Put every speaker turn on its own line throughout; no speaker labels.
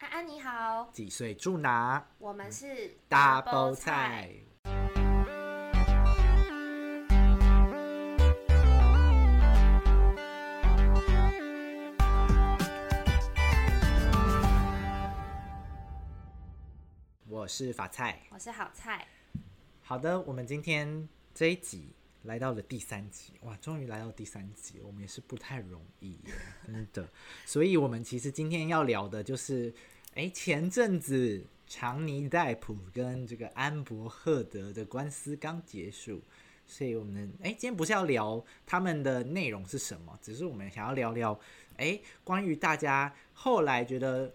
安安你好，
几岁住哪
我们是
大包嗯菜。我是法菜。
我是好菜。
好的，我们今天这一集来到了第三集，哇，终于来到第三集，我们也是不太容易耶，真的。所以，我们其实今天要聊的就是，哎，前阵子长尼戴普跟这个安伯赫德的官司刚结束，所以我们哎，今天不是要聊他们的内容是什么，只是我们想要聊聊，哎，关于大家后来觉得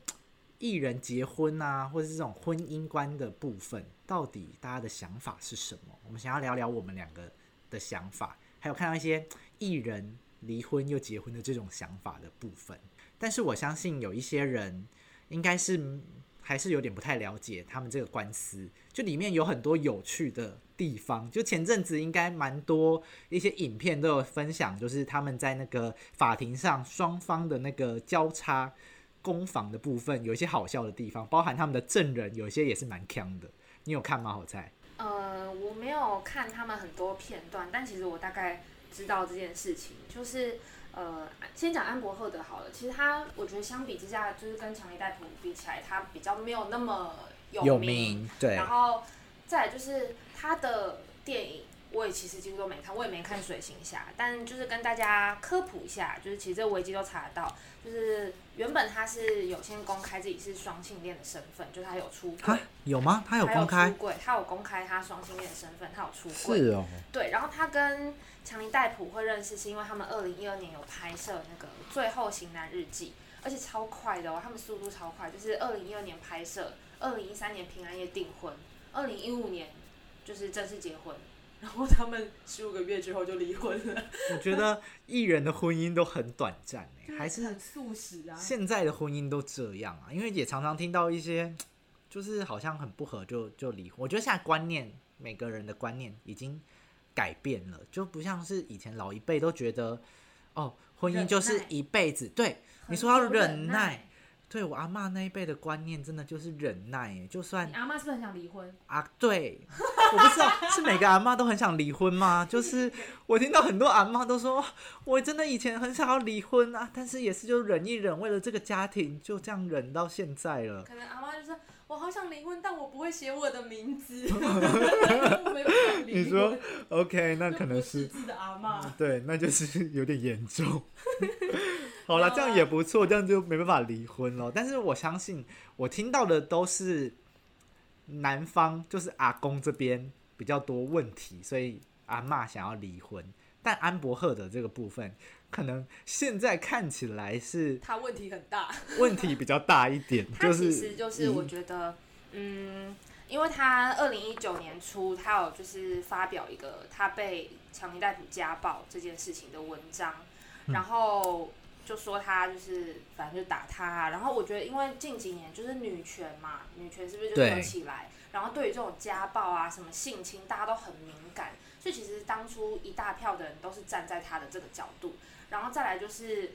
艺人结婚啊，或者是这种婚姻观的部分，到底大家的想法是什么？我们想要聊聊我们两个的想法，还有看到一些艺人离婚又结婚的这种想法的部分。但是我相信有一些人应该是嗯还是有点不太了解他们这个官司，就里面有很多有趣的地方。就前阵子应该蛮多一些影片都有分享，就是他们在那个法庭上双方的那个交叉攻防的部分，有一些好笑的地方，包含他们的证人，有一些也是蛮强的。你有看吗？好菜，
呃，我没有看他们很多片段，但其实我大概知道这件事情，就是呃，先讲安博赫德好了。其实他，我觉得相比之下，就是跟强尼戴普比起来，他比较没有那么有
名对
然后再来就是他的电影，我也其实几乎都没看，我也没看《水行侠》，但就是跟大家科普一下，就是其实这维基都查得到，就是原本他是有先公开自己是双性恋的身份，就是他有出轨
啊，，有吗？他有
他
公开
出？轨，他有公开他双性恋的身份，他有出轨。
是哦，
对，然后他跟强尼戴普会认识，是因为他们二零一二年有拍摄那个《最后型男日记》，而且超快的哦，他们速度超快，就是二零一二年拍摄，二零一三年平安夜订婚，二零一五年就是正式结婚，然后他们十五个月之后就离婚了，
我觉得艺人的婚姻都很短暂欸 还是
很素食啊。
现在的婚姻都这样啊，因为也常常听到一些，就是好像很不合就就离婚。我觉得现在观念，每个人的观念已经改变了，就不像是以前老一辈都觉得，哦，婚姻就是
忍耐
一辈子。对，你
很
说要
久
忍
忍
耐
耐，
对我阿嬷那一辈的观念真的就是忍耐耶，就算
你阿妈是不是很想离婚？
啊，对，我不知道是每个阿妈都很想离婚吗？就是我听到很多阿妈都说，我真的以前很想要离婚啊，但是也是就忍一忍，为了这个家庭就这样忍到现在了。
可能阿妈就说：“我好想离婚，但我不会写我的名 字。” 我没有想离婚
OK，那嗯
就不识字的阿
啊
妈。
对，那就是 有点严重。 好
啦
啊
了，这样也不错，这样就没办法离婚了。但是我相信，我听到的都是男方，就是阿公这边比较多问题，所以阿嬷想要离婚。但安伯赫的这个部分，可能现在看起来是
他问题很大，
问题比较大一点
，他
就
其
是
实就是我觉得，嗯，因为他二零一九年初，他有就是发表一个他被强尼戴普家暴这件事情的文章，然后就说他就是反正就打他啊、然后我觉得因为近几年就是女权嘛，女权是不是就是有
对
起来？然后对于这种家暴啊、什么性侵，大家都很敏感，所以其实当初一大票的人都是站在他的这个角度，然后再来就是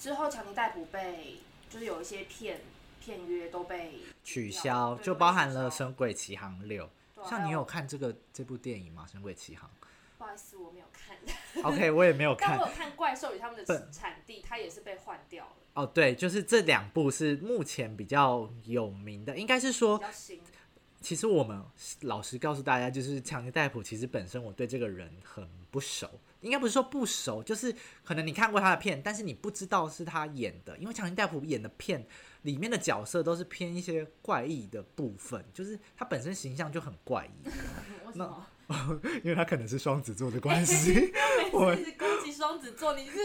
之后强尼戴普被就是有一些骗片约都被
取消，
对
就
会
包
取
含了《
消
神鬼奇航六》。
对啊
像
还
你有看这个这部电影吗？《神鬼奇航
不好意思我没有看，》
？OK，我 也没有看
但。我有看《怪兽与他们的
笨
产地》，它也是被换掉了，
哦，对，就是这两部是目前比较有名的，应该是
比
说，
较新。
其实我们老实告诉大家，就是强尼戴普，其实本身我对这个人很不熟，应该不是说不熟，就是可能你看过他的片，但是你不知道是他演的，因为强尼戴普演的片里面的角色都是偏一些怪异的部分，就是他本身形象就很怪异，
嗯
哎
为什么？
因为他可能是双子座的关系。我
每次一直攻击双子座，你是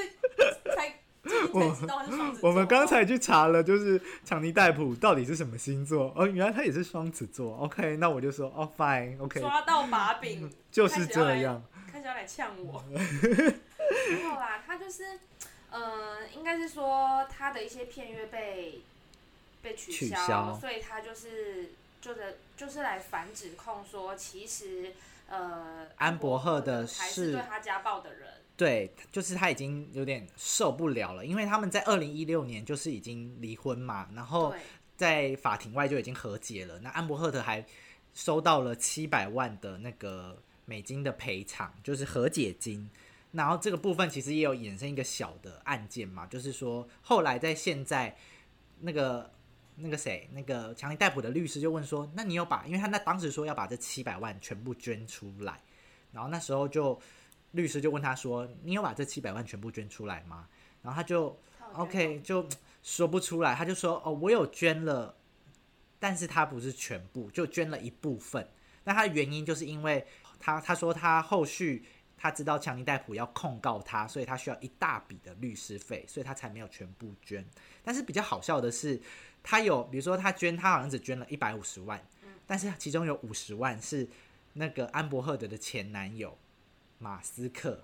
才最近才知道他是双子座。
我们刚才去查了，就是强尼戴普到底是什么星座？哦，原来他也是双子座。OK，那我就说哦，fine，OK，、
抓到把柄，
就是这样。
开始要来呛 我。
没有啦，他就是，呃，应该是说他的一些片约被被取消，
取消
所以他就是就是就是来反指控说，其实呃，
安伯赫的
才
是
是对他家暴的人，
对，就是他已经有点受不了了，因为他们在二零一六年就是已经离婚嘛，然后
对，
在法庭外就已经和解了。那安伯赫特还收到了七百万的那个美金的赔偿，就是和解金。然后这个部分其实也有衍生一个小的案件嘛，就是说后来在现在那个那个谁那个强尼戴普的律师就问说，那你有把？因为他那当时说要把这七百万全部捐出来，然后那时候就律师就问他说，你有把这七百万全部捐出来吗？然后他就
他有觉得
OK 就说不出来，他就说哦，我有捐了，但是他不是全部，就捐了一部分。那他的原因就是因为他他说他后续他知道强尼戴普要控告他，所以他需要一大笔的律师费，所以他才没有全部捐。但是比较好笑的是，他有比如说他捐，他好像只捐了一百五十万，但是其中有五十万是那个安伯赫德的前男友马斯克，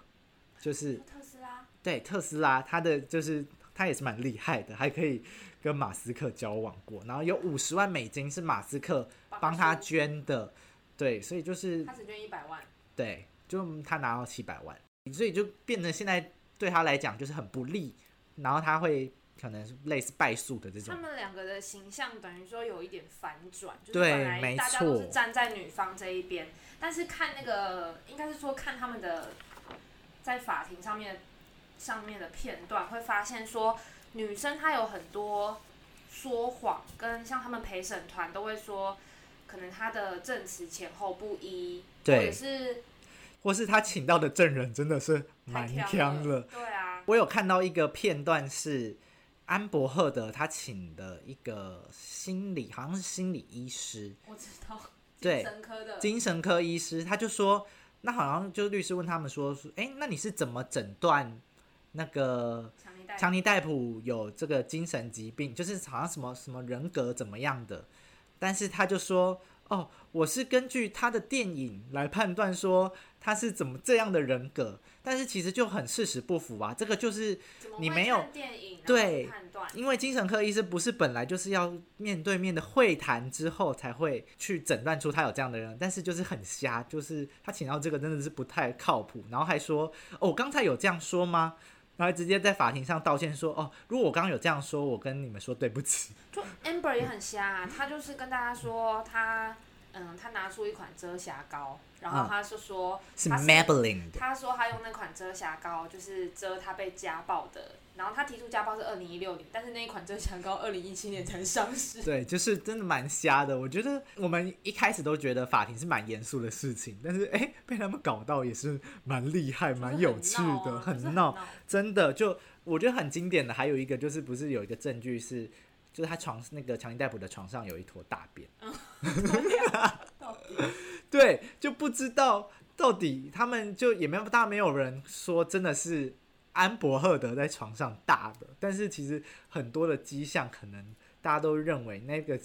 就是
特斯拉，
对特斯拉，他的就是他也是蛮厉害的，还可以跟马斯克交往过，然后有五十万美金是马斯克帮他捐的，对，所以就是
他只捐一百万，
对，就他拿到七百万，所以就变得现在对他来讲就是很不利，然后他会可能是类似败诉的这
他
种，
们两个的形象等于说有一点反转，就是
对
本来
没
大家都
错
是站在女方这一边，但是看那个应该是说看他们的在法庭上面上面的片段，会发现说女生她有很多说谎，跟像他们陪审团都会说，可能她的证词前后不一，或者
对，
是
或是他请到的证人真的是蛮
太
强
强
了。
对啊，
我有看到一个片段是安伯赫德他请的一个心理，好像是心理医师，
我知道，
对
精神科的，
精神科医师，他就说，那好像就是律师问他们说，说哎、那你是怎么诊断那个
强力带
强尼戴普有这个精神疾病，就是好像什么什么人格怎么样的，但是他就说，哦，我是根据他的电影来判断说他是怎么这样的人格，但是其实就很事实不符啊，这个就是。
怎么
你
会
没有
看电影然后
对
去判断，
因为精神科医师不是本来就是要面对面的会谈之后才会去诊断出他有这样的人，但是就是很瞎，就是他请到这个真的是不太靠谱，然后还说哦，我刚才有这样说吗？然后直接在法庭上道歉说哦，如果我刚刚有这样说，我跟你们说对不起。
就 Amber 也很瞎、啊，她就是跟大家说她，嗯，她拿出一款遮瑕膏，然后
嗯
啊她是说，
是
她
Maybelline 的，
她说她用那款遮瑕膏就是遮她被家暴的，然后她提出家暴是二零一六年，但是那一款遮瑕膏二零一七年才上市。
对，就是真的蛮瞎的。我觉得我们一开始都觉得法庭是蛮严肃的事情，但是哎，被他们搞到也是蛮厉害、蛮有趣的，
就是很
很
闹
闹
啊。
真的就我觉得很经典的，还有一个就是不是有一个证据是，就是他床那个强尼戴普的床上有一坨大便，
到底
对，就不知道到底他们就也没有，大家没有人说真的是安伯赫德在床上大的，但是其实很多的迹象可能大家都认为那个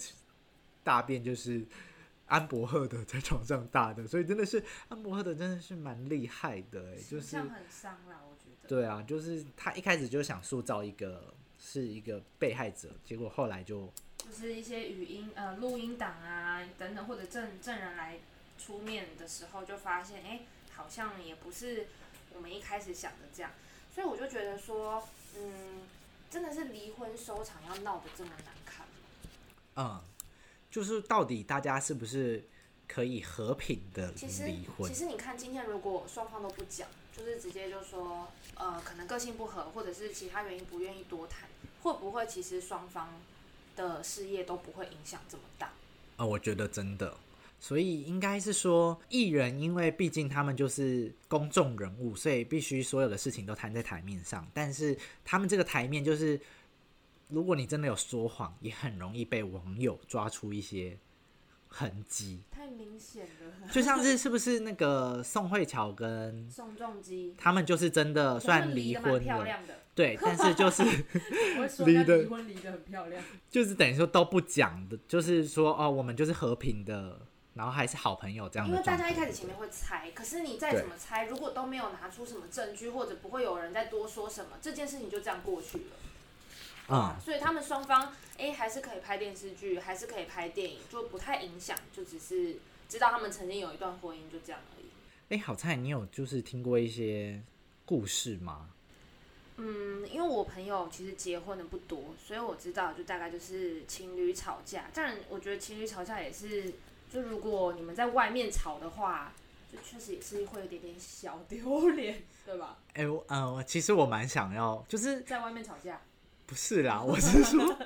大便就是。安伯赫德在床上大的，所以真的是安伯赫德真的是蛮厉害的、欸，
形
就是
象很伤啦，我觉得。
对啊，就是他一开始就想塑造一个是一个被害者，结果后来就
就是一些语音呃录音档啊等等，或者证证人来出面的时候，就发现哎、诶好像也不是我们一开始想的这样，所以我就觉得说，嗯，真的是离婚收场要闹得这么难看吗？
嗯，就是到底大家是不是可以和平的
其实
离婚
其？实你看，今天如果双方都不讲，就是直接就说，呃，可能个性不合，或者是其他原因不愿意多谈，会不会其实双方的事业都不会影响这么大？
啊、我觉得真的，所以应该是说艺人，因为毕竟他们就是公众人物，所以必须所有的事情都摊在台面上。但是他们这个台面就是，如果你真的有说谎，也很容易被网友抓出一些痕迹。
太明显了，
就像是是不是那个宋慧乔跟
宋仲基，
他们就是真的
他
算
们
离
得蛮
婚
漂
了，
亮 的，
对，但是就是
我会说
离
他
得
离婚离得很漂亮，
就是等于说都不讲的，就是说哦，我们就是和平的，然后还是好朋友这样
因
的
为大
状
家
态。
一开始前面会猜，可是你再
对
怎么猜，如果都没有拿出什么证据，或者不会有人再多说什么，这件事情就这样过去了。
嗯，
所以他们双方，哎、还是可以拍电视剧，还是可以拍电影，就不太影响，就只是知道他们曾经有一段婚姻，就这样而已。
哎、好菜，你有就是听过一些故事吗？
嗯，因为我朋友其实结婚的不多，所以我知道就大概就是情侣吵架。当然，我觉得情侣吵架也是，就如果你们在外面吵的话，就确实也是会有点点小丢脸，对吧？
哎、我呃，我其实我蛮想要，就是
在外面吵架，
不是啦，我是说，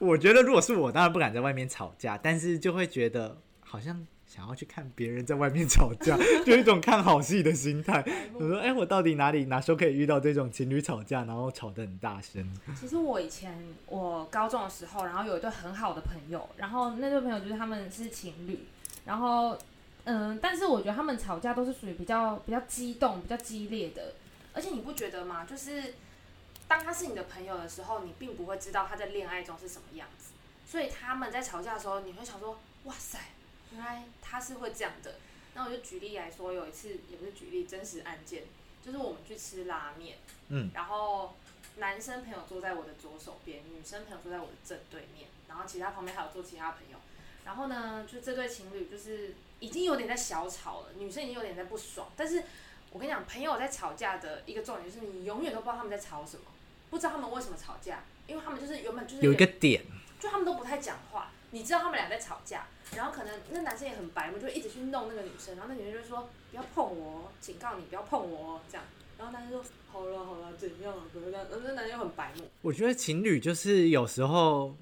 我觉得如果是我，当然不敢在外面吵架，但是就会觉得好像想要去看别人在外面吵架， 就有一种看好戏的心态。我说，哎、我到底哪里哪时候可以遇到这种情侣吵架，然后吵得很大声？
其实我以前我高中的时候，然后有一对很好的朋友，然后那对朋友就是他们是情侣，然后嗯，但是我觉得他们吵架都是属于比较比较激动、比较激烈的，而且你不觉得吗？就是当他是你的朋友的时候，你并不会知道他在恋爱中是什么样子，所以他们在吵架的时候，你会想说，哇塞，原来他是会这样的。那我就举例来说，有一次也不是举例，真实案件，就是我们去吃拉面，
嗯，
然后男生朋友坐在我的左手边，女生朋友坐在我的正对面，然后其他旁边还有坐其他朋友。然后呢，就这对情侣就是已经有点在小吵了，女生已经有点在不爽。但是我跟你讲，朋友在吵架的一个重点就是你永远都不知道他们在吵什么，不知道他们为什么吵架，因为他们就是原本就是
有一个点，
就他们都不太讲话，你知道他们俩在吵架，然后可能那男生也很白目，就一直去弄那个女生，然后那女生就说不要碰我哦，警告你不要碰我哦这样，然后男生说好了好了怎样啊，怎样，然后那男生又很白目，
我觉得情侣就是有时候，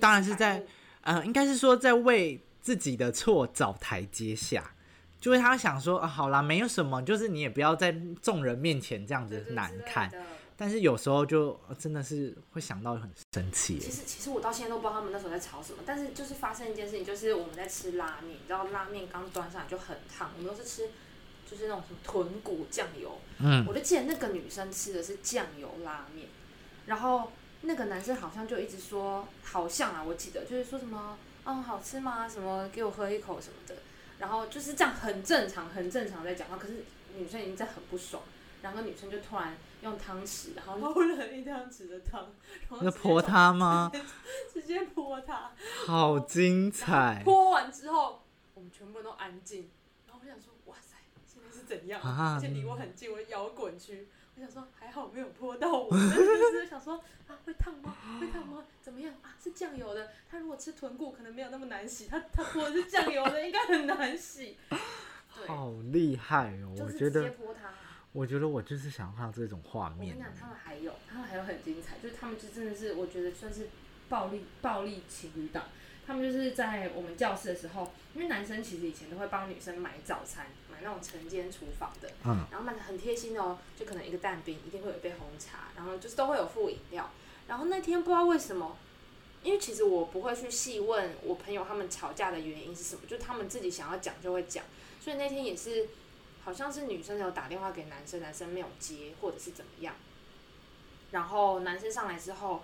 当然是在呃，应该是说在为自己的错找台阶下。就是他想说啊，好啦，没有什么，就是你也不要在众人面前这样
对
子
对
难
之类
看。
的
但是有时候就呃真的是会想到很生气
其
耶，
实其实我到现在都不知道他们那时候在吵什么，但是就是发生一件事情，就是我们在吃拉面，你知道拉面刚端上来就很烫，我们都是吃就是那种什么豚骨酱油，
嗯，
我就记得那个女生吃的是酱油拉面，然后那个男生好像就一直说，好像啊，我记得就是说什么，嗯，好吃吗？什么给我喝一口什么的，然后就是这样很正常，很正常在讲话，可是女生已经在很不爽，然后女生就突然用汤匙，然后
捞了一汤匙的汤，然后
那
直接
哦
泼
从，
他吗？
直接泼他，
好精彩
泼完之后，我们全部人都安静，然后我想说，哇塞，现在是怎样？
啊
而！且离我很近，我摇滚区，我想说还好没有泼到 我，但是就是想说啊会烫吗？会烫吗？怎么样啊？是酱油的，他如果吃豚骨可能没有那么难洗，他他泼的是酱油的，应该很难洗。
对，
好厉害哦！
就
我
是
觉
直接
得，
泼他。
我觉得我就是想看到这种
我
画
跟
面
你。讲，他们还有，他们还有很精彩，就是他们就真的是，我觉得算是暴力暴力情侣档。他们就是在我们教室的时候，因为男生其实以前都会帮女生买早餐，买那种晨间厨房的，
嗯，
然后买的很贴心哦，就可能一个蛋饼，一定会有一杯红茶，然后就是都会有附饮料。然后那天不知道为什么，因为其实我不会去细问我朋友他们吵架的原因是什么，就是他们自己想要讲就会讲。所以那天也是，好像是女生有打电话给男生，男生没有接，或者是怎么样。然后男生上来之后，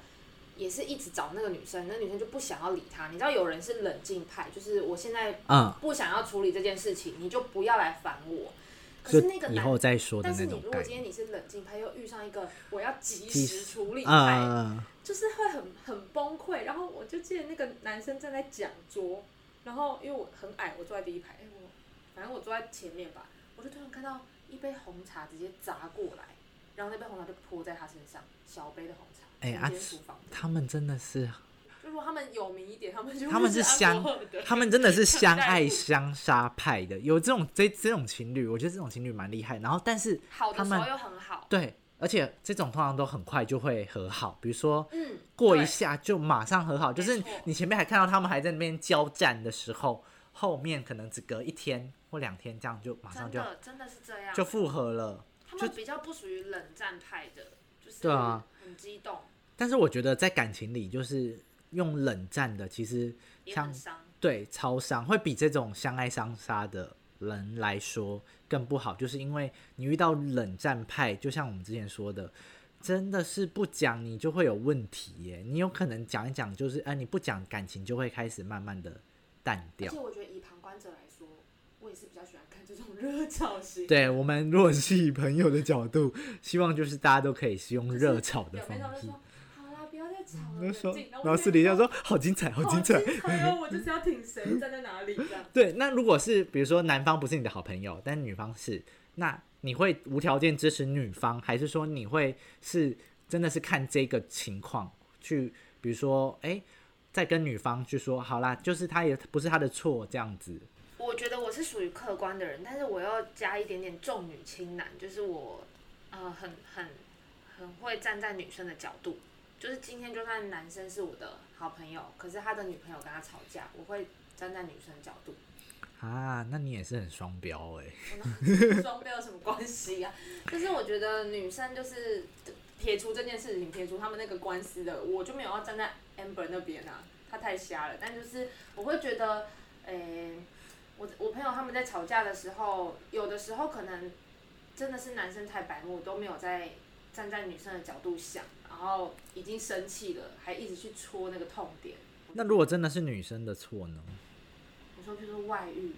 也是一直找那个女生，那女生就不想要理他。你知道有人是冷静派，就是我现在
嗯，
不想要处理这件事情，你就不要来烦我。可
就是
那个
以
男
后再说的
但
那
是你
种
如果
概
今
念。
天你是冷静派，又遇上一个我要及
及
时
时
处理派，
嗯，
就是会很很崩溃。然后我就记得那个男生站在讲桌，然后因为我很矮，我坐在第一排，哎我反正我坐在前面吧，我就突然看到一杯红茶直接砸过来，然后那杯红茶就泼在他身上，小杯的红茶，
哎啊
间厨房的。
他们真的是，
就如果他们有名一点，他们就
他们是
是
相
安博赫的，
他们真的是相
很在
爱
乎
相杀派的，有这种这这种情侣，我觉得这种情侣蛮厉害。然后，但是
好
他
的时
们
候又很好，
对，而且这种通常都很快就会和好，比如说
嗯，
过一
对
下就马上和好，就是
错
你前面还看到他们还在那边交战的时候，后面可能只隔一天或两天，这样就马上
真
就
的真的是这样，
就复合了。
他们比较不属于冷战派的，就是
对啊，
很激动，
但是我觉得在感情里，就是用冷战的，其实
也
像
很伤。
对超伤会比这种相爱相杀的人来说更不好，就是因为你遇到冷战派，就像我们之前说的。真的是不讲你就会有问题耶，你有可能讲一讲就是，哎、你不讲感情就会开始慢慢的淡
而
掉
且。我觉得以旁观者来说，我也是比较喜欢看这种热吵型。
对我们，如果是以朋友的角度，希望就是大家都可以是用热炒的
表
方
面上就
式
说。好啦，不要再吵了，
那
冷
时候
静。
然
我
后
就
私底下
说
说好精彩，好
好
精彩。
哦，我就是要挺谁站在哪里这样。
对，那如果是比如说男方不是你的好朋友，但女方是，那你会无条件支持女方，还是说你会是真的是看这个情况去，比如说，哎、再跟女方去说，好啦，就是他也不是他的错这样子，
我觉得我是属于客观的人，但是我要加一点点重女轻男，就是我，呃，很很很会站在女生的角度。就是今天就算男生是我的好朋友，可是他的女朋友跟他吵架，我会站在女生角度。
啊，那你也是很双标哎、
双标有什么关系啊？
就是我觉得女生就是
撇除这件事情，撇除他们那个官司的，我就没有要站在 Amber 那边啊，他太瞎了。
但就是我会觉得，诶、我我朋友他们在吵架的时候，有的时候可能真的是男生太白目，都没有在站在女生的角度想，然后已经生气了，还一直去戳那个痛点。
那如果真的是女生的错呢？
我说就是外遇，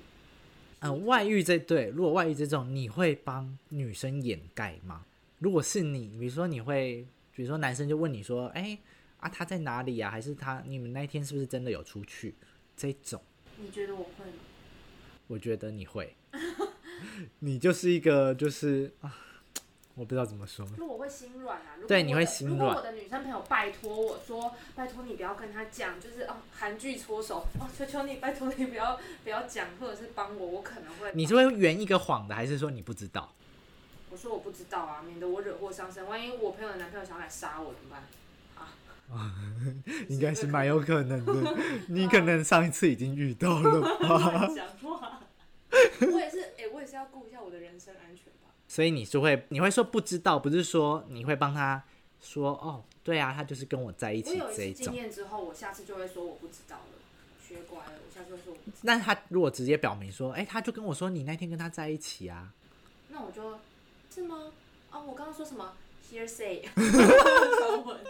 嗯、外遇这对，如果外遇这种，你会帮女生掩盖吗？如果是你，比如说你会，比如说男生就问你说，哎、啊他在哪里呀、还是他你们那一天是不是真的有出去？这种，
你觉得我会吗？
我觉得你会，你就是一个就是啊，我不知道怎么说，
如果我会心软啊，如果
对
我
你会
的
心
如果
软
我的女生朋友拜托我说，拜托你不要跟她讲，就是哦，韩剧搓手，哦，求求你，拜托你不要不要讲，或者是帮我，我可能会，
你是会圆一个谎的，还是说你不知道？
我说我不知道啊，免得我惹祸上身，万一我朋友的男朋友想要来杀我怎么办？
应该是蛮有可能的，你可能上一次已经遇到了吧，
乱讲话。我也是，哎、我也是要顾一下我的人身安全吧。
所以你是会你会说不知道，不是说你会帮他说哦，对啊，他就是跟我在一
我
起
有一
这
次
一
经
种。
验之后，我下次就会说我不知道了，学乖了，我下次会说我不知道，
那他如果直接表明说，哎、他就跟我说你那天跟他在一起啊，
那我就，是吗？啊，我刚刚说什么？hearsay，
传闻，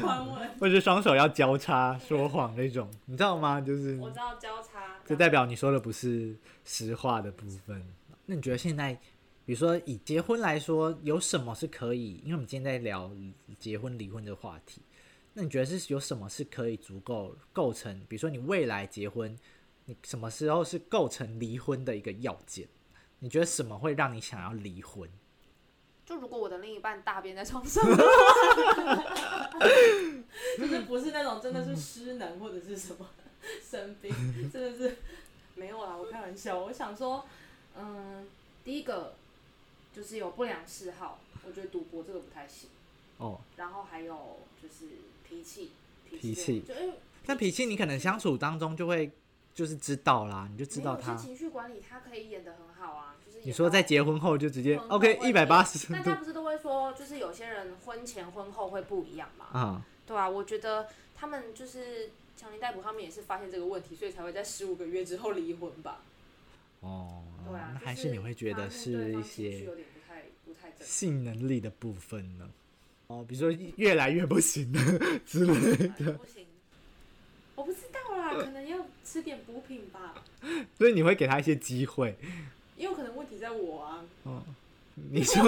传闻，
或者双手要交叉说谎那种，你知道吗？就是
我知道交叉。
这代表你说的不是实话的部分。那你觉得现在，比如说以结婚来说，有什么是可以？因为我们今天在聊结婚、离婚这个话题，那你觉得是有什么是可以足够构成？比如说你未来结婚，你什么时候是构成离婚的一个要件？你觉得什么会让你想要离婚？
就如果我的另一半大便在床 上，
就是不是那种真的是失能或者是什么生病，真的是没有啦，我开玩笑。我想说，
嗯，第一个就是有不良嗜好，我觉得赌博这个不太行。
哦，
然后还有就是脾气，
脾
脾
气
就因为
但脾气你可能相处当中就会就是知道啦，你就知道
没有有
他
些。情绪管理他可以演的很好啊，就是演
你说
到
在结婚后就直接
很
OK 一百八十
但
度
他不是都会说，就是有些人婚前婚后会不一样嘛？
啊。
对啊，我觉得他们就是强尼逮捕，他们也是发现这个问题，所以才会在十五个月之后离婚吧？
哦，
对啊，
那
就
还是你会觉
发
得
现对
是一
方情绪
些
有点不太不太正
性能力的部分呢？哦，比如说越来越不行了之类的，
常，啊不行，
我不知道啦，可能要吃点补品吧，
所以你会给他一些机会。
也有可能问题在我啊。
哦，你说，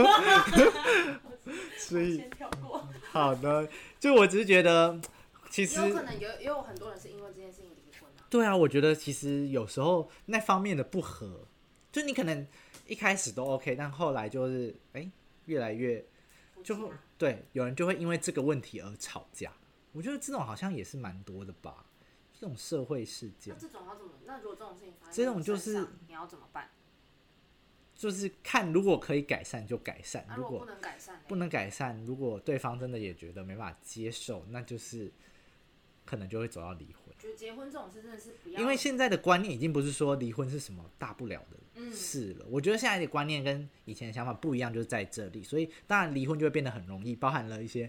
所
我
以
先跳过。
好的，就我只是觉得，其
也有可
实
能有也有很多人是因为这件事情离婚啊。
对啊，我觉得其实有时候那方面的不合，就你可能一开始都 OK，但后来就是哎、越来越
夫妻
就
啊
会对有人就会因为这个问题而吵架。我觉得这种好像也是蛮多的吧，这种社会事件
那。这种要怎么？那如果这种事情发生，
这种就是
你要怎么办？
就是看如果可以改善就改善，
那、
如
啊如果不
果
能改善呢，
不能改善，如果对方真的也觉得没办法接受，那就是可能就会走到离婚。
我觉得结婚这种事真的是不要，
因为现在的观念已经不是说离婚是什么大不了的
嗯
事了，我觉得现在的观念跟以前的想法不一样，就是在这里，所以当然离婚就会变得很容易，包含了一些。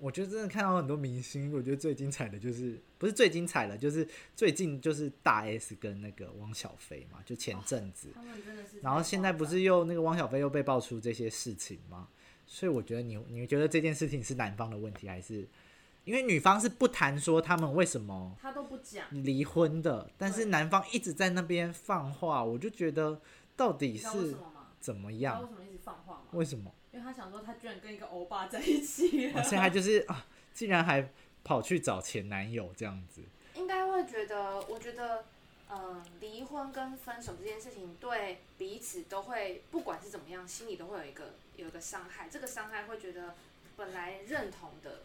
我觉得真的看到很多明星，我觉得最精彩的就是不是最精彩的，就是最近就是大 S 跟那个汪小菲嘛，就
哦
前阵子，
他们真的是。
然后现在不是又那个汪小菲又被爆出这些事情吗？所以我觉得你你觉得这件事情是男方的问题，还是因为女方是不谈说他们为什么
他都不讲，
离婚的，但是
对
男方一直在那边放话，我就觉得到底
你知道为
是
什么吗？
怎么
你知道为
样？
什么一直放话吗？
为什么？
因为他想说，他居然跟一个欧巴在一起
哦
了。
所以他就是啊，竟然还跑去找前男友这样子，
应该会觉得，我觉得，嗯，离婚跟分手这件事情对彼此都会，不管是怎么样，心里都会有一个有一个伤害。这个伤害会觉得本来认同的，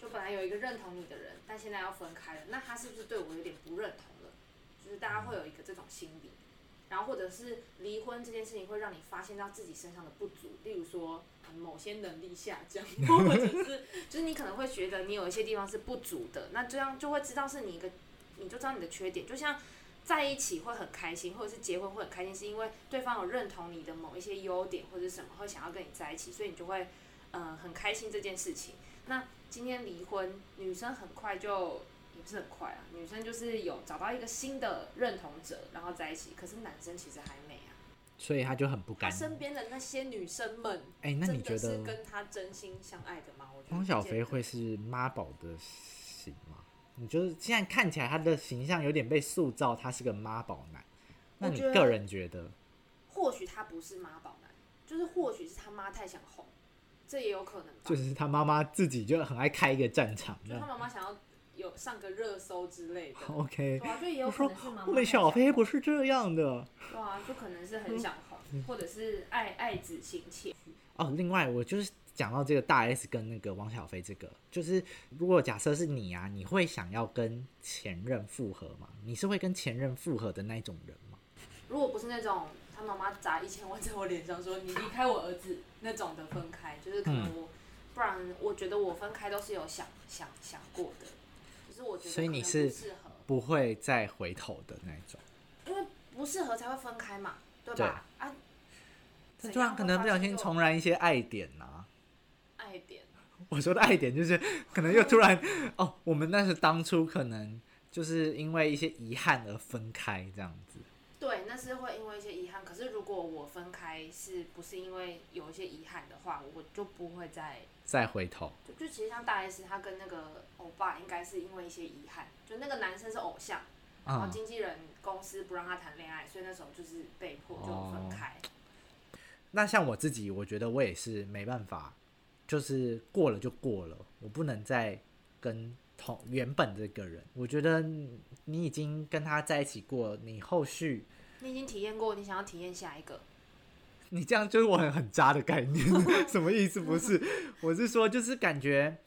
就本来有一个认同你的人，但现在要分开了，那他是不是对我有点不认同了？就是大家会有一个这种心理，然后或者是离婚这件事情会让你发现到自己身上的不足，例如说嗯某些能力下降，或者是就是你可能会觉得你有一些地方是不足的，那这样就会知道是你一个，你就知道你的缺点，就像。在一起会很开心，或者是结婚会很开心，是因为对方有认同你的某一些优点或者什么，会想要跟你在一起，所以你就会嗯，很开心这件事情。那今天离婚，女生很快就也不是很快啊，女生就是有找到一个新的认同者，然后在一起。可是男生其实还没啊，
所以他就很不
他
甘。
身边的那些女生们，
哎、那你
真
觉
的是
得
跟他真心相爱的吗？我觉得
汪
不
小
见
菲
得
会是妈宝的型吗？你就是现在看起来他的形象有点被塑造，他是个妈宝男。那
我
你
觉
个
得
人觉得？
或许他不是妈宝男，就是或许是他妈太想红，这也有可能吧。
就是他妈妈自己就很爱开一个战场
就
这
他
样。
妈妈想要有上个热搜之类的，
OK，
对啊，就也有
我
可
说
能是妈妈
我
太
们
想
小飞
红
不是嗯这样的
对啊，就可能是很想红，或者是爱爱子心切。
哦。另外，我就是讲到这个大 S 跟那个王小飞这个，就是如果假设是你啊，你会想要跟前任复合吗？你是会跟前任复合的那一种人吗？
如果不是那种他妈妈砸一千万在我脸上说你离开我儿子那种的分开，就是可
嗯
能我，不然我觉得我分开都是有想想想过的，就是我觉得
所以你
可能
是
不适合，
不会再回头的那一种。
因为不适合才会分开嘛，对吧？啊，
他
怎
突然
样
可
会
能
发
不小
生
心
就
重燃一些爱点呐、
爱点，
我说的爱点就是，可能又突然哦，我们那是当初可能就是因为一些遗憾而分开这样子。
对，那是会因为一些遗憾。可是如果我分开是不是因为有一些遗憾的话，我就不会再
再回头，
就就其实像大 S 她跟那个欧巴应该是因为一些遗憾，就那个男生是偶像，然后
嗯，
经纪人公司不让他谈恋爱，所以那时候就是被迫就分开。
那像我自己，我觉得我也是没办法，就是过了就过了，我不能再跟同原本这个人。我觉得你已经跟他在一起过，你后续
你已经体验过，你想要体验下一个，
你这样就是我很很渣的概念， 什么意思？不是，我是说就是感觉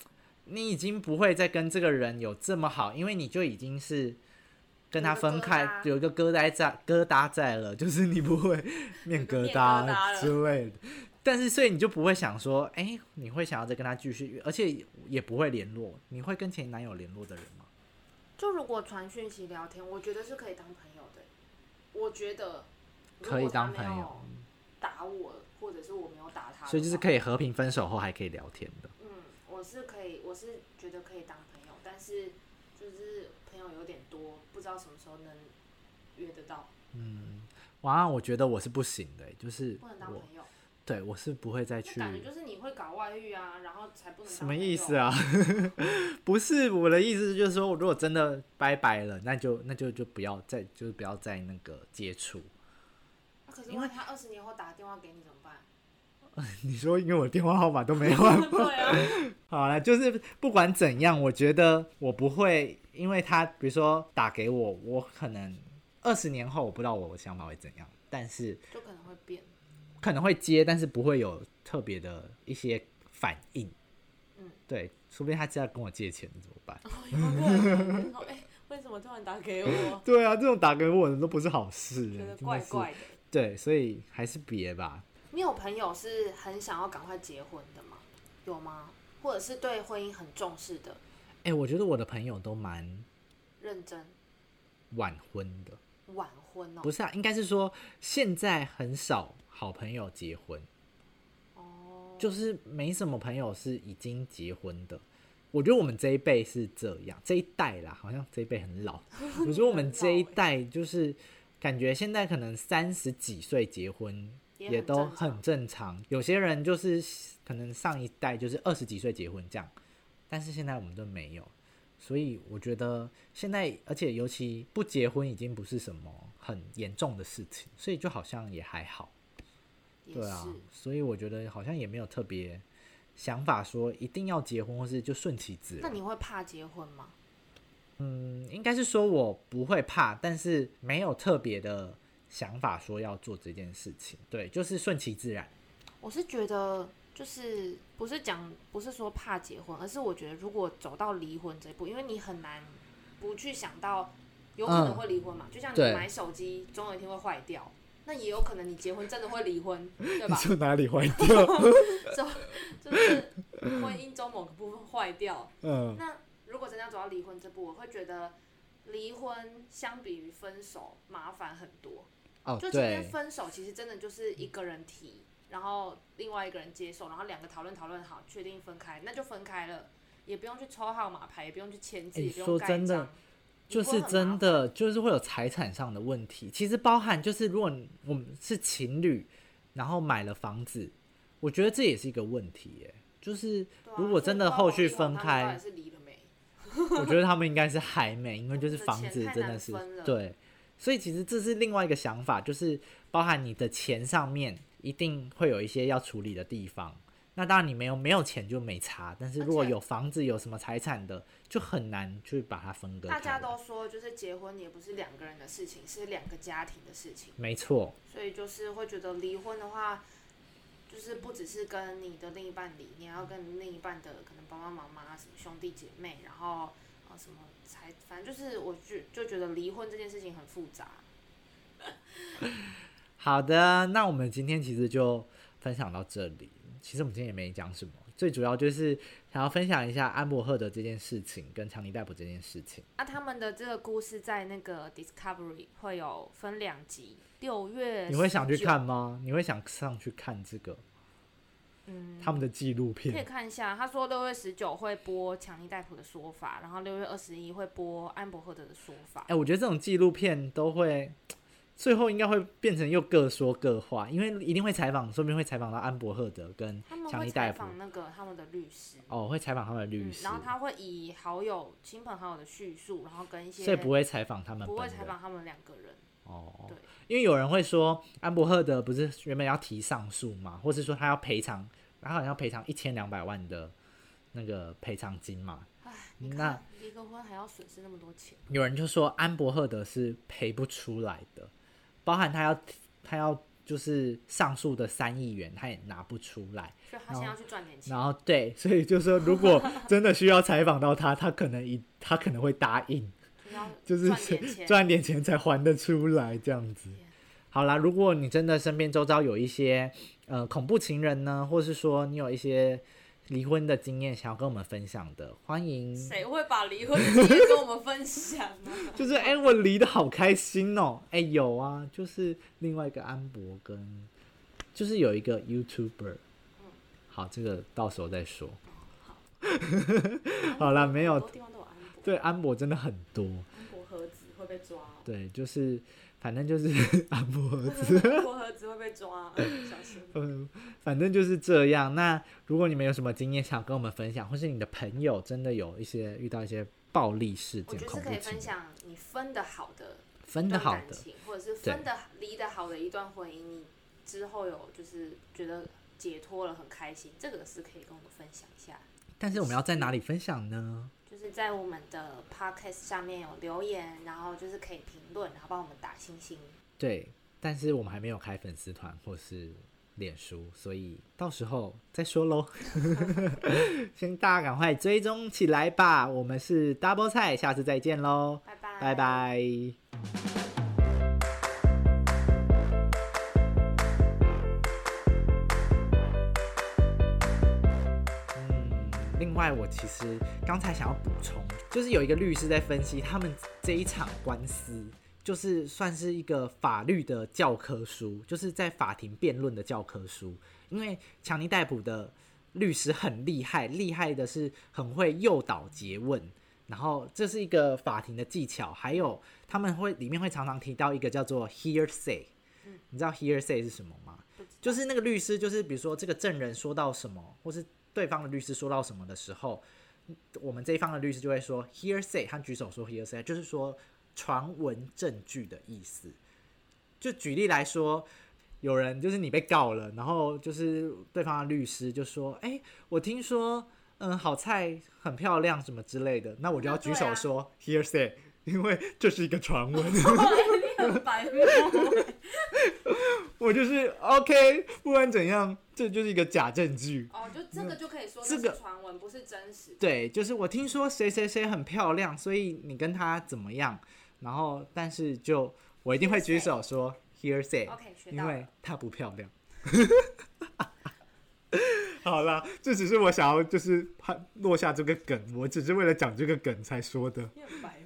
你已经不会再跟这个人有这么好，因为你就已经是。跟他
有个
分
疙
开
瘩
有一个疙瘩在，疙瘩在了，就是你不会面
个
疙
面疙瘩
瘩
了
之类的。但是，所以你就不会想说，哎、你会想要再跟他继续，而且也不会联络。你会跟前男友联络的人吗？
就如果传讯息聊天，我觉得是可以当朋友的。我觉得如
可以
果他
当
没
朋
有
友，
打我，或者是我没有打他，
所以就是
以，
可以和平分手后还可以聊天的。
嗯，我是可以，我是觉得可以当朋友，但是就是朋友有点多，不知道什么时候能约得到，
哇，我觉得我是不行的、就是
不能当
我
朋友。
对我是不会再
那
去。
感觉就是你会搞外遇啊，然后才不能
什么意思
啊？
啊？不是我的意思，就是说，如果真的拜拜了，那就那就就不要再就是不要再那个接触。
啊可是
因
万一他二十年后打电话给你怎么办？
你说，因为我电话号码都没有啊
对啊，
好了，就是不管怎样，我觉得我不会，因为他比如说打给我，我可能二十年后我不知道我的想法会怎样，但是
就可能会变。
可能会接，但是不会有特别的一些反应。
嗯，
对，说不定他真的要跟我借钱怎么办？
哦，有个人说，哎、为什么突然打给我？
对啊，这种打给我的都不是好事， 欸
觉得
真的
怪
啊是
怪的。
对，所以还是别吧。
你有朋友是很想要赶快结婚的吗？有吗？或者是对婚姻很重视的，
哎、我觉得我的朋友都蛮
认真
晚婚的，
晚婚哦
不？是啊，应该是说现在很少好朋友结婚，
哦，
就是没什么朋友是已经结婚的。我觉得我们这一辈是这样，这一代啦，好像这一辈 很老。我觉得我们这一代就是感觉现在可能三十几岁结婚
也
也
很
都
正
很
常
正常，有些人就是可能上一代就是二十几岁结婚这样，但是现在我们都没有，所以我觉得现在，而且尤其不结婚已经不是什么很严重的事情，所以就好像也还好，
也
对
是、
啊，所以我觉得好像也没有特别想法说一定要结婚，或是就顺其自
那
然。
你会怕结婚吗？
嗯，应该是说我不会怕，但是没有特别的想法说要做这件事情，对，就是顺其自然。
我是觉得，就是不是讲不是说怕结婚，而是我觉得如果走到离婚这一步，因为你很难不去想到有可能
嗯
会离婚嘛，就像你
对
买手机总有一天会坏掉，那也有可能你结婚真的会离婚，对 吧？
说哪里坏掉？
就是婚姻中某个部分坏掉。
嗯，
那如果真的要走到离婚这步，我会觉得离婚相比于分手麻烦很多。
哦
就今天
对，
分手，其实真的就是一个人提，然后另外一个人接受，然后两个讨论讨论好，确定分开，那就分开了，也不用去抽号码牌，也不用去签字，
哎
也不用
说
盖
真的
章
就是真，的，就是会有财产上的问题。其实包含就是，如果你我们是情侣，然后买了房子，我觉得这也是一个问题耶。就是
你不会很麻烦对啊
如果真的后续分
所以到
开
底，是离了没？
我觉得他们应该是还没，因为就是
我们的
房
钱
子
太
真
难
的是
分了
对，所以其实这是另外一个想法，就是包含你的钱上面一定会有一些要处理的地方。那当然你没有没有钱就没差，但是
而
如果
且
有房子有什么财产的，就很难去把它分割
大
开 来。
家都说，就是结婚也不是两个人的事情，是两个家庭的事情，
没错，
所以就是会觉得离婚的话。就是不只是跟你的另一半离，你还要跟另一半的可能爸爸妈妈、什么兄弟姐妹，然后呃什么才，反正就是我就就觉得离婚这件事情很复杂。
好的，那我们今天其实就分享到这里。其实我们今天也没讲什么，最主要就是想要分享一下安博赫德这件事情跟强尼戴普这件事情。
啊，他们的这个故事在那个 Discovery 会有分两集，六月
你会想去
19？
看吗？你会想上去看这个
嗯，
他们的纪录
可以
片？
看一下。他说六月十九会播强尼戴普的说法，然后六月二十一会播安伯赫德的说法
哎、。我觉得这种纪录片都会最后应该会变成又各说各话，因为一定会采访，说不定会采访到安博赫德跟
他们
强
会
尼
采
戴普。
访那个他们的律师，
哦，会采访他们的律
嗯，
师，
然后他会以好友、亲朋好友的叙述，然后跟一些
所以不会采访他们
不
本
会
人。
采访他们两个人。
哦
对，
因为有人会说，安伯赫德不是原本要提上诉嘛，或是说他要赔偿，他好像要赔偿一千两百万的那个赔偿金嘛。
唉，你
那
看离个婚还要损失那么多钱，
有人就说安伯赫德是赔不出来的，包含他要他要就是上诉的三亿元，他也拿不出来。
所以他先要去赚点钱。
然后对，所以就说如果真的需要采访到他，他可能一他可能会答应，
就
就
是是要赚点钱。啊
赚点钱才还得出来这样子。好啦，如果你真的身边周遭有一些呃恐怖情人呢，或是说你有一些离婚的经验想要跟我们分享的，欢迎。
谁会把离婚的经验跟我们分享啊呢？
就是哎、我离得好开心哦！哎、有啊，就是另外一个安博跟，就是有一个 YouTuber，好，
嗯
这个到时候再说。 好啦，没
很
有
多，地方都有安博，
对安博真的很多，
安博盒子会被抓哦，
对，就是反正就是 安博
哦
儿子，
安博盒子会被抓哦，小 心。
嗯，反正就是这样。那如果你们有什么经验想跟我们分享，或是你的朋友真的有一些遇到一些暴力事
我
件、
觉得
恐
是
怖
可以
情
分
人，
享你分的好的
分
一
的
段
好
感
的，
情，或者是分
对
的离得好的一段婚姻，你之后有就是觉得解脱了很开心，这个是可以跟我们分享一下。
但是我们要在哪里分享呢？
就是在我们的 podcast 下面有留言，然后就是可以评论，然后帮我们打星星。
对，但是我们还没有开粉丝团或是脸书，所以到时候再说喽。先大家赶快追踪起来吧！我们是 Double 菜，下次再见喽，
拜拜，
拜。拜。嗯，另外，我其实刚才想要补充，就是有一个律师在分析他们这一场官司，就是算是一个法律的教科书，就是在法庭辩论的教科书。因为强尼戴普的律师很厉害，厉害的是很会诱导诘问，然后这是一个法庭的技巧，还有他们会里面会常常提到一个叫做 hearsay，、你知道 hearsay 是什么吗？就是那个律师，就是比如说这个证人说到什么，或是对方的律师说到什么的时候，我们这一方的律师就会说 hearsay，他举手说 hearsay，就是说传闻证据的意思。就举例来说，有人就是你被告了，然后就是对方的律师就说：“哎、我听说，嗯，好菜很漂亮什么之类的。”那我就要
那对
举
啊
手说、hearsay，因为这是一个传闻。
你很白目，
我就是 OK，不管怎样，这就是一个假证据。
哦，就这个就可以说
这
那
个
是传闻，不是真实的。
对，就是我听说谁谁谁很漂亮，所以你跟她怎么样？然后，但是就我一定会举手说 hearsay，
OK，学
因
到
为
了。
她不漂亮。 好啦，这只是我想要就是怕落下这个梗，我只是为了讲这个梗才说的。
你很白